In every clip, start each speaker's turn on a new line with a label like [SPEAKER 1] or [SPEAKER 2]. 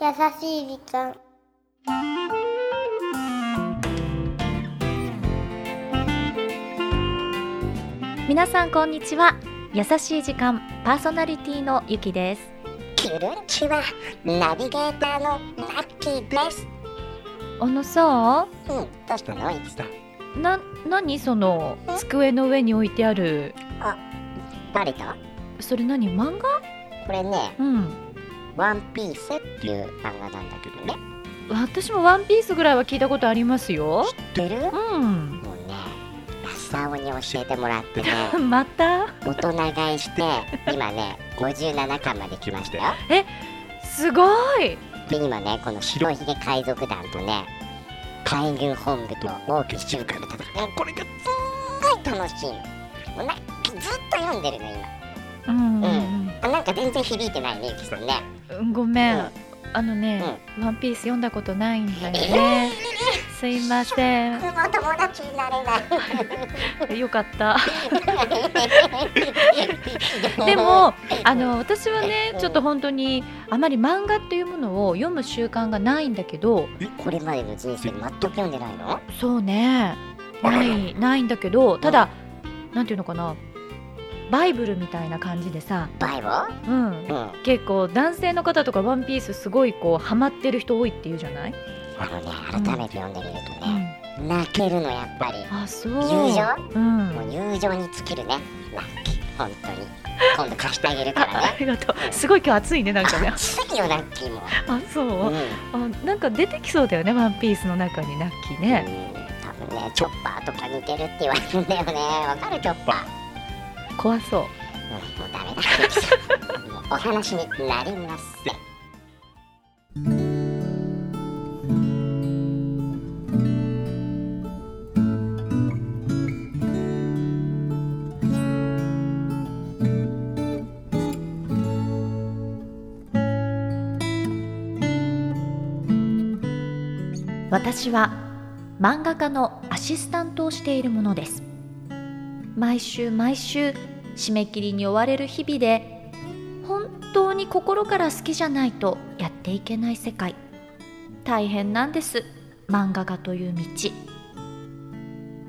[SPEAKER 1] 優しい時間
[SPEAKER 2] 皆さんこんにちは優しい時間パーソナリティのゆきです
[SPEAKER 3] キルンチはナビゲーターのラッキーです。
[SPEAKER 2] あのさ
[SPEAKER 3] うん、どうしたのいきさん。
[SPEAKER 2] な何その机の上に置いてある
[SPEAKER 3] バレた
[SPEAKER 2] それ何漫画
[SPEAKER 3] これね、
[SPEAKER 2] うん
[SPEAKER 3] ワンピースっていう漫画なんだけどね。
[SPEAKER 2] 私もワンピースぐらいは聞いたことありますよ
[SPEAKER 3] 知ってる
[SPEAKER 2] うん
[SPEAKER 3] もうね、ラッサオに教えてもらってね、
[SPEAKER 2] また
[SPEAKER 3] 大人買いして、今ね、57巻まで来ましたよ。
[SPEAKER 2] すごい
[SPEAKER 3] で、今ね、この白ひげ海賊団とね、海軍本部と王家中華の戦い。もうこれがすんごい楽しいの。もうなずっと読んでるの今
[SPEAKER 2] うん、
[SPEAKER 3] うあ。なんか全然響いてないね、ゆきさんね。
[SPEAKER 2] うんごめん、
[SPEAKER 3] うん
[SPEAKER 2] あのね、ワンピース読んだことないんだよねすいません
[SPEAKER 3] 僕も友達になれない。
[SPEAKER 2] よか った でもあの私はねちょっと本当にあまり漫画っていうものを読む習慣がないんだけど
[SPEAKER 3] これまでの人生全く読んでないの
[SPEAKER 2] そうね
[SPEAKER 3] あら
[SPEAKER 2] な
[SPEAKER 3] ら
[SPEAKER 2] いないんだけどただなんていうのかなバイブルみたいな感じでさ、
[SPEAKER 3] バイブ
[SPEAKER 2] うん、
[SPEAKER 3] うんあ
[SPEAKER 2] 結構男性の方とか「ワンピースすごいこうハマってる人多いっていうじゃない、
[SPEAKER 3] のね改めて読んでみるとね、泣けるのやっぱり
[SPEAKER 2] あそう
[SPEAKER 3] 友情
[SPEAKER 2] うん
[SPEAKER 3] もう友情に尽きるねラッキー本当に今度貸してあげるか
[SPEAKER 2] あ
[SPEAKER 3] ら
[SPEAKER 2] あ
[SPEAKER 3] ね
[SPEAKER 2] りがとうすごい今日暑いねなんかね
[SPEAKER 3] すぐよラッキーも
[SPEAKER 2] あそう、
[SPEAKER 3] うん、うん、
[SPEAKER 2] あなんか出てきそうだよね「ワンピースの中にラッキーね、
[SPEAKER 3] 多分ねチョッパーとか似てるって言われるんだよねわかるチョッパー
[SPEAKER 2] 怖そう
[SPEAKER 3] うんもうダメだゆきさんもうお話になりません
[SPEAKER 2] 私は漫画家のアシスタントをしているものです毎週毎週締め切りに追われる日々で本当に心から好きじゃないとやっていけない世界大変なんです漫画家という道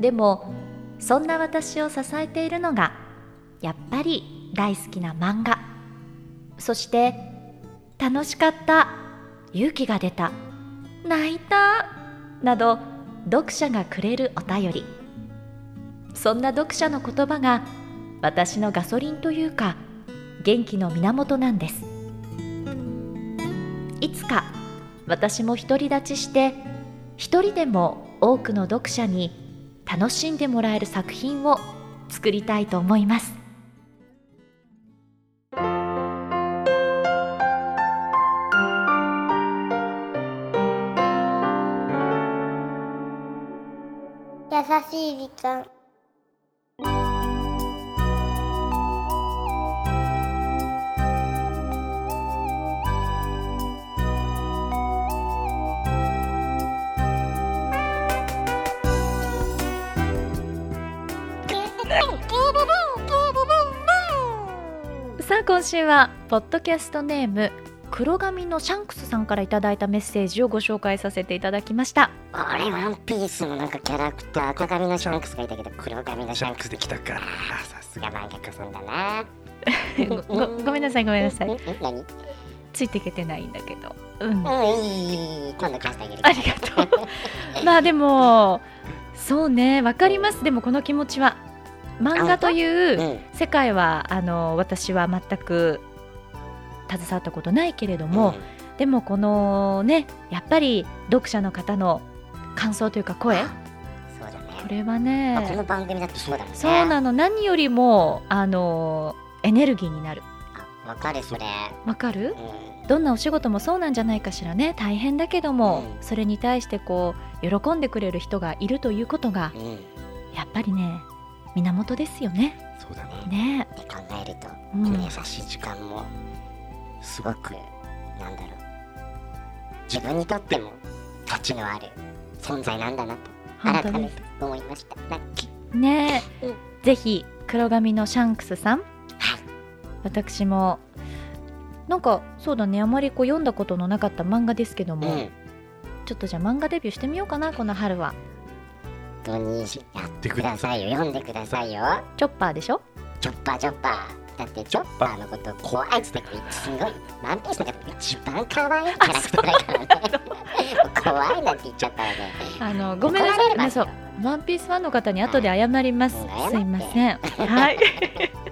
[SPEAKER 2] でもそんな私を支えているのがやっぱり大好きな漫画そして楽しかった勇気が出た泣いたなど読者がくれるお便りそんな読者の言葉が私のガソリンというか元気の源なんですいつか私も独り立ちして一人でも多くの読者に楽しんでもらえる作品を作りたいと思います
[SPEAKER 1] 優しい時間
[SPEAKER 2] さあ今週はポッドキャストネーム黒髪のシャンクスさんからいただいたメッセージをご紹介させていただきま した
[SPEAKER 3] あれワンピースのなんかキャラクター赤髪のシャンクスがいたけど黒髪のシャンクスできたからさすが漫画家さんだな
[SPEAKER 2] ごごごめんなさいごめんなさい
[SPEAKER 3] ええ何
[SPEAKER 2] ついていけてないんだけど、うん、あ
[SPEAKER 3] うんいいいいいい今度貸してあげる
[SPEAKER 2] りがとうまあでもそうねわかりますでもこの気持ちは漫画といううん世界はあの私は全く携わったことないけれども、でもこのねやっぱり読者の方の感想というか声
[SPEAKER 3] あそうだ
[SPEAKER 2] こ
[SPEAKER 3] ね
[SPEAKER 2] れは
[SPEAKER 3] まあこ
[SPEAKER 2] ね
[SPEAKER 3] の番組だってそうだもんね
[SPEAKER 2] そうなの何よりもあのエネルギーになる
[SPEAKER 3] あわかるそれ
[SPEAKER 2] わかる
[SPEAKER 3] うん
[SPEAKER 2] どんなお仕事もそうなんじゃないかしらね大変だけども、
[SPEAKER 3] うん
[SPEAKER 2] それに対してこう喜んでくれる人がいるということが
[SPEAKER 3] うん
[SPEAKER 2] やっぱりね源ですよね。
[SPEAKER 3] そうだね
[SPEAKER 2] ね
[SPEAKER 3] って考えると
[SPEAKER 2] う
[SPEAKER 3] こ
[SPEAKER 2] ん
[SPEAKER 3] の優しい時間もすごくなんだろう自分にとっても価値のある存在なんだなと
[SPEAKER 2] 本当
[SPEAKER 3] 改め
[SPEAKER 2] に
[SPEAKER 3] て思いましたラッキー
[SPEAKER 2] ね、
[SPEAKER 3] うん
[SPEAKER 2] ぜひ黒髪のシャンクスさん
[SPEAKER 3] はい
[SPEAKER 2] 私もなんかそうだねあまりこう読んだことのなかった漫画ですけど
[SPEAKER 3] う
[SPEAKER 2] も、
[SPEAKER 3] ん
[SPEAKER 2] ちょっとじゃあ漫画デビューしてみようかなこの春は
[SPEAKER 3] 本当にやってくださいよ読んでくださいよ
[SPEAKER 2] チョッパーでしょ
[SPEAKER 3] チョッパーチョッパーだってチョッパーのこと怖いっつってからすごいワンピースの中で一番可愛いキャラクターだからね怖いなんて言っちゃったらね
[SPEAKER 2] あのごめんなさい
[SPEAKER 3] 怒られ
[SPEAKER 2] ね
[SPEAKER 3] る
[SPEAKER 2] そうワンピースファンの方に後で謝ります
[SPEAKER 3] はい
[SPEAKER 2] すいませ んはい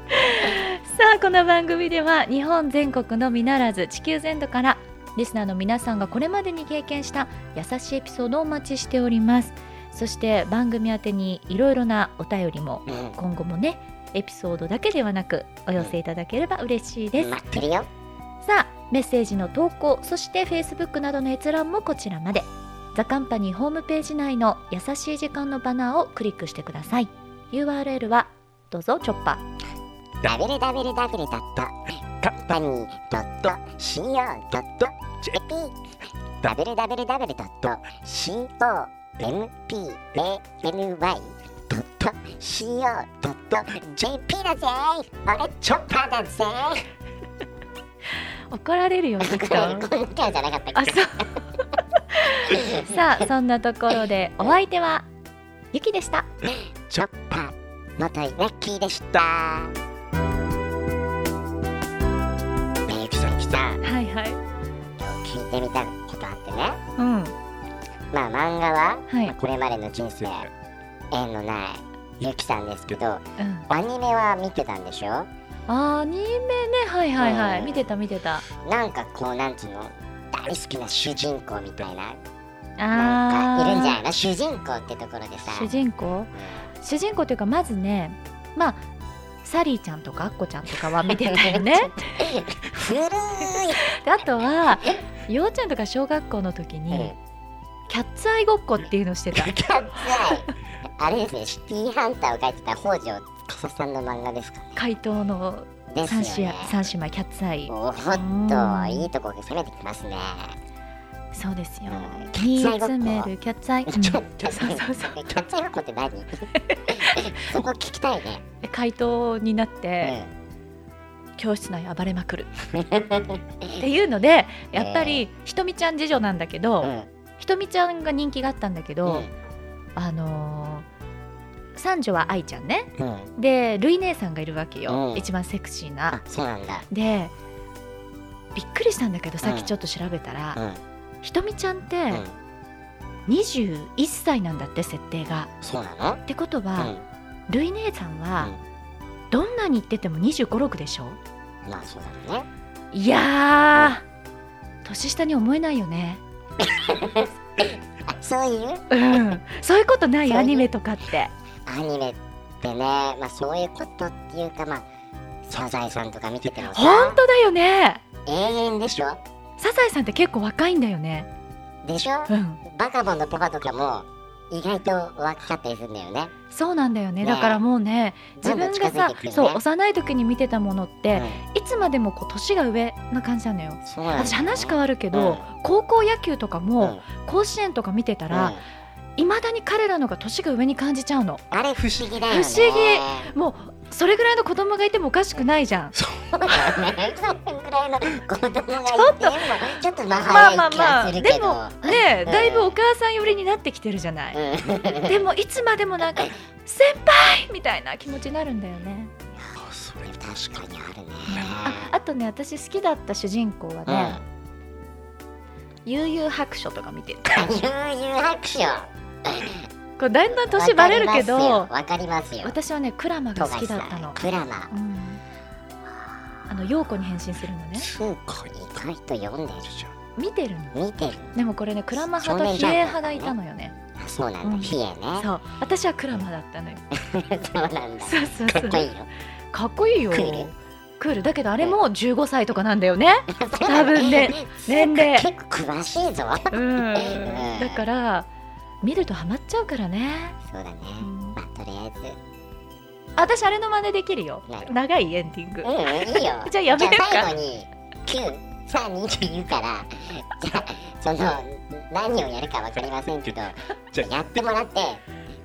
[SPEAKER 2] さあこの番組では日本全国のみならず地球全土からリスナーの皆さんがこれまでに経験した優しいエピソードをお待ちしておりますそして番組宛てにいろいろなお便りも
[SPEAKER 3] うん
[SPEAKER 2] 今後もねエピソードだけではなくお寄せいただければ嬉しいです
[SPEAKER 3] 待ってるよ
[SPEAKER 2] さあメッセージの投稿そして Facebook などの閲覧もこちらまでザ・カンパニーホームページ内の「優しい時間」のバナーをクリックしてください URL はどうぞチョッパー
[SPEAKER 3] www.company.co.jp www.company.co.jp だぜ俺チョッパーだぜ
[SPEAKER 2] 怒られるよ
[SPEAKER 3] こん
[SPEAKER 2] 徳
[SPEAKER 3] なキ
[SPEAKER 2] さん
[SPEAKER 3] ャラじゃなかっ た
[SPEAKER 2] あ
[SPEAKER 3] っけ
[SPEAKER 2] そう さあそんなところでお相手はゆきでした
[SPEAKER 3] チョッパー元井ラッキーでしたねえゆきさんゆきさん
[SPEAKER 2] はいはい
[SPEAKER 3] 聞いてみたことあってね
[SPEAKER 2] うん
[SPEAKER 3] まあ漫画は
[SPEAKER 2] はい、
[SPEAKER 3] これまでの人生縁のないゆきさんですけど
[SPEAKER 2] うん、
[SPEAKER 3] アニメは見てたんでしょ
[SPEAKER 2] アニメねはいはいはい、
[SPEAKER 3] うん
[SPEAKER 2] 見てた見てた
[SPEAKER 3] なんかこうなんつうの大好きな主人公みたいななん
[SPEAKER 2] あ
[SPEAKER 3] かいるんじゃ
[SPEAKER 2] ー
[SPEAKER 3] ないの主人公ってところでさ
[SPEAKER 2] 主人公主人公というかまずねまあサリーちゃんとかアッコちゃんとかは見てたよね
[SPEAKER 3] 古い、
[SPEAKER 2] であと は幼稚園とか小学校の時
[SPEAKER 3] うん
[SPEAKER 2] にキャッツアイごっこっていうのして た
[SPEAKER 3] キャッツアイあれですねシティーハンターを描いてた北条笠さんの漫画ですかね
[SPEAKER 2] 怪盗の
[SPEAKER 3] ですよ
[SPEAKER 2] 三姉
[SPEAKER 3] ね
[SPEAKER 2] 三姉妹キャッツアイ
[SPEAKER 3] おっといいとこ攻めてきますね
[SPEAKER 2] そうですよ
[SPEAKER 3] うん
[SPEAKER 2] 煮詰め
[SPEAKER 3] キ
[SPEAKER 2] るキャッツアイ、うん、
[SPEAKER 3] ち
[SPEAKER 2] そ
[SPEAKER 3] ょっ
[SPEAKER 2] う
[SPEAKER 3] と
[SPEAKER 2] そうそう
[SPEAKER 3] キャッツアイごっこっ て何そこ聞きたいね、
[SPEAKER 2] で怪盗になっ
[SPEAKER 3] うん
[SPEAKER 2] て、教室内暴れまくるっていうのでやっぱりひとみちゃん次女なんだけど、
[SPEAKER 3] うん
[SPEAKER 2] ひとみちゃんが人気があったんだけど、あのー三女は愛ちゃんね
[SPEAKER 3] うん、
[SPEAKER 2] でルイ姉さんがいるわけよ、
[SPEAKER 3] うん
[SPEAKER 2] 一番セクシーな
[SPEAKER 3] あそうなんだ、
[SPEAKER 2] でびっくりしたんだけどさっきちょっと調べたら、
[SPEAKER 3] うん
[SPEAKER 2] ひとみちゃんって
[SPEAKER 3] うん、
[SPEAKER 2] 21歳なんだって設定が。
[SPEAKER 3] そうなの
[SPEAKER 2] ってこと
[SPEAKER 3] う
[SPEAKER 2] は、
[SPEAKER 3] ん
[SPEAKER 2] ルイ姉さんは、どんなに言ってても2 5 6でしょ
[SPEAKER 3] まあそうだろうね
[SPEAKER 2] いやー、年下に思えないよね、
[SPEAKER 3] あそういう
[SPEAKER 2] うん、 そういうことない
[SPEAKER 3] そうね
[SPEAKER 2] アニメとかって
[SPEAKER 3] アニメってねまあそういうことっていうかまあサザエさんとか見てても
[SPEAKER 2] 本
[SPEAKER 3] さ
[SPEAKER 2] 当だよね
[SPEAKER 3] 永遠でしょ
[SPEAKER 2] サザエさんって結構若いんだよね
[SPEAKER 3] でしょ
[SPEAKER 2] うん
[SPEAKER 3] バカボンのパパとかも意外と若かったりするんだよね
[SPEAKER 2] そうなんだよね
[SPEAKER 3] ねえ
[SPEAKER 2] だからもうね自分が
[SPEAKER 3] どんどん近づ
[SPEAKER 2] さ
[SPEAKER 3] いてくるね
[SPEAKER 2] そう幼い時に見てたものって、
[SPEAKER 3] う
[SPEAKER 2] いつまでもこう年が上な感じなのよ
[SPEAKER 3] んそうなんだよね
[SPEAKER 2] 私話変わるけど、高校野球とか
[SPEAKER 3] うん
[SPEAKER 2] も、甲子園とか見てた
[SPEAKER 3] うん
[SPEAKER 2] らいま、未だに彼らのが年が上に感じちゃうの
[SPEAKER 3] あれ不思議だよね
[SPEAKER 2] 不思議もうそれぐらいの子供がいてもおかしくないじゃん
[SPEAKER 3] そうだよねそれぐらいの子供がいてもちょっとまあ
[SPEAKER 2] まあま
[SPEAKER 3] 早
[SPEAKER 2] あ
[SPEAKER 3] い気が
[SPEAKER 2] ますあ
[SPEAKER 3] る
[SPEAKER 2] で
[SPEAKER 3] けど、
[SPEAKER 2] もねえ
[SPEAKER 3] うん
[SPEAKER 2] だいぶお母さん寄りになってきてるじゃない、
[SPEAKER 3] うん
[SPEAKER 2] でもいつまでもなんか「先輩!」みたいな気持ちになるんだよね
[SPEAKER 3] あそれ確かにあるね。
[SPEAKER 2] ああとね私好きだった主人公はね、悠々白書とか 見てる
[SPEAKER 3] うん。悠々白書。
[SPEAKER 2] これだんだん年バレるけど
[SPEAKER 3] わかりますよ。わかりますよ
[SPEAKER 2] 私はねクラマが好きだったの
[SPEAKER 3] 富樫さん、クラマ
[SPEAKER 2] う。ん、あの陽子に変身するのね
[SPEAKER 3] 通行に意外と読んでるじ
[SPEAKER 2] 見てるの
[SPEAKER 3] ゃん。見てる。
[SPEAKER 2] でもこれねクラマ
[SPEAKER 3] 少
[SPEAKER 2] 派と
[SPEAKER 3] 年
[SPEAKER 2] ヒ
[SPEAKER 3] ジャンプ
[SPEAKER 2] エ派がいたのよね
[SPEAKER 3] あそうなん
[SPEAKER 2] う
[SPEAKER 3] だ。
[SPEAKER 2] ん
[SPEAKER 3] ヒエね。
[SPEAKER 2] そう私はクラマだったのよ
[SPEAKER 3] そうなんだ。
[SPEAKER 2] そうそう
[SPEAKER 3] か
[SPEAKER 2] そ
[SPEAKER 3] っこいいうよ。
[SPEAKER 2] かっこいいよ
[SPEAKER 3] クール
[SPEAKER 2] クールだけどあれも15歳とかなんだよね
[SPEAKER 3] 多
[SPEAKER 2] 分 ね年齢
[SPEAKER 3] 結構詳しいぞ。
[SPEAKER 2] うん
[SPEAKER 3] ね
[SPEAKER 2] だから見るとハマっちゃうからね
[SPEAKER 3] そうだね。
[SPEAKER 2] ん
[SPEAKER 3] まあとりあえず。
[SPEAKER 2] 私あれの真似できるよ
[SPEAKER 3] なる
[SPEAKER 2] 長いエンディング
[SPEAKER 3] うん、いいよ。
[SPEAKER 2] じゃあやめるか
[SPEAKER 3] じゃあ最後に、9、3、2って言うから、じゃあ、その、何をやるかわかりませんけど、じゃあやってもらって、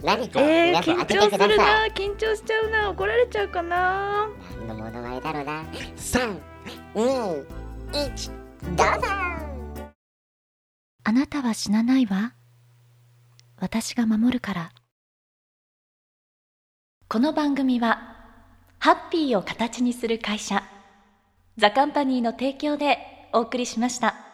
[SPEAKER 3] 何か
[SPEAKER 2] えー、
[SPEAKER 3] 皆さん
[SPEAKER 2] 緊
[SPEAKER 3] 当て
[SPEAKER 2] 張
[SPEAKER 3] て
[SPEAKER 2] す
[SPEAKER 3] く
[SPEAKER 2] る
[SPEAKER 3] ださい。
[SPEAKER 2] な緊張しちゃうな怒られちゃうかな
[SPEAKER 3] 何のものまねだろうな。3、2、 1どうぞ
[SPEAKER 4] あなたは死なないわ。私が守るから。この番組は、ハッピーを形にする会社、ザ・カンパニーの提供でお送りしました。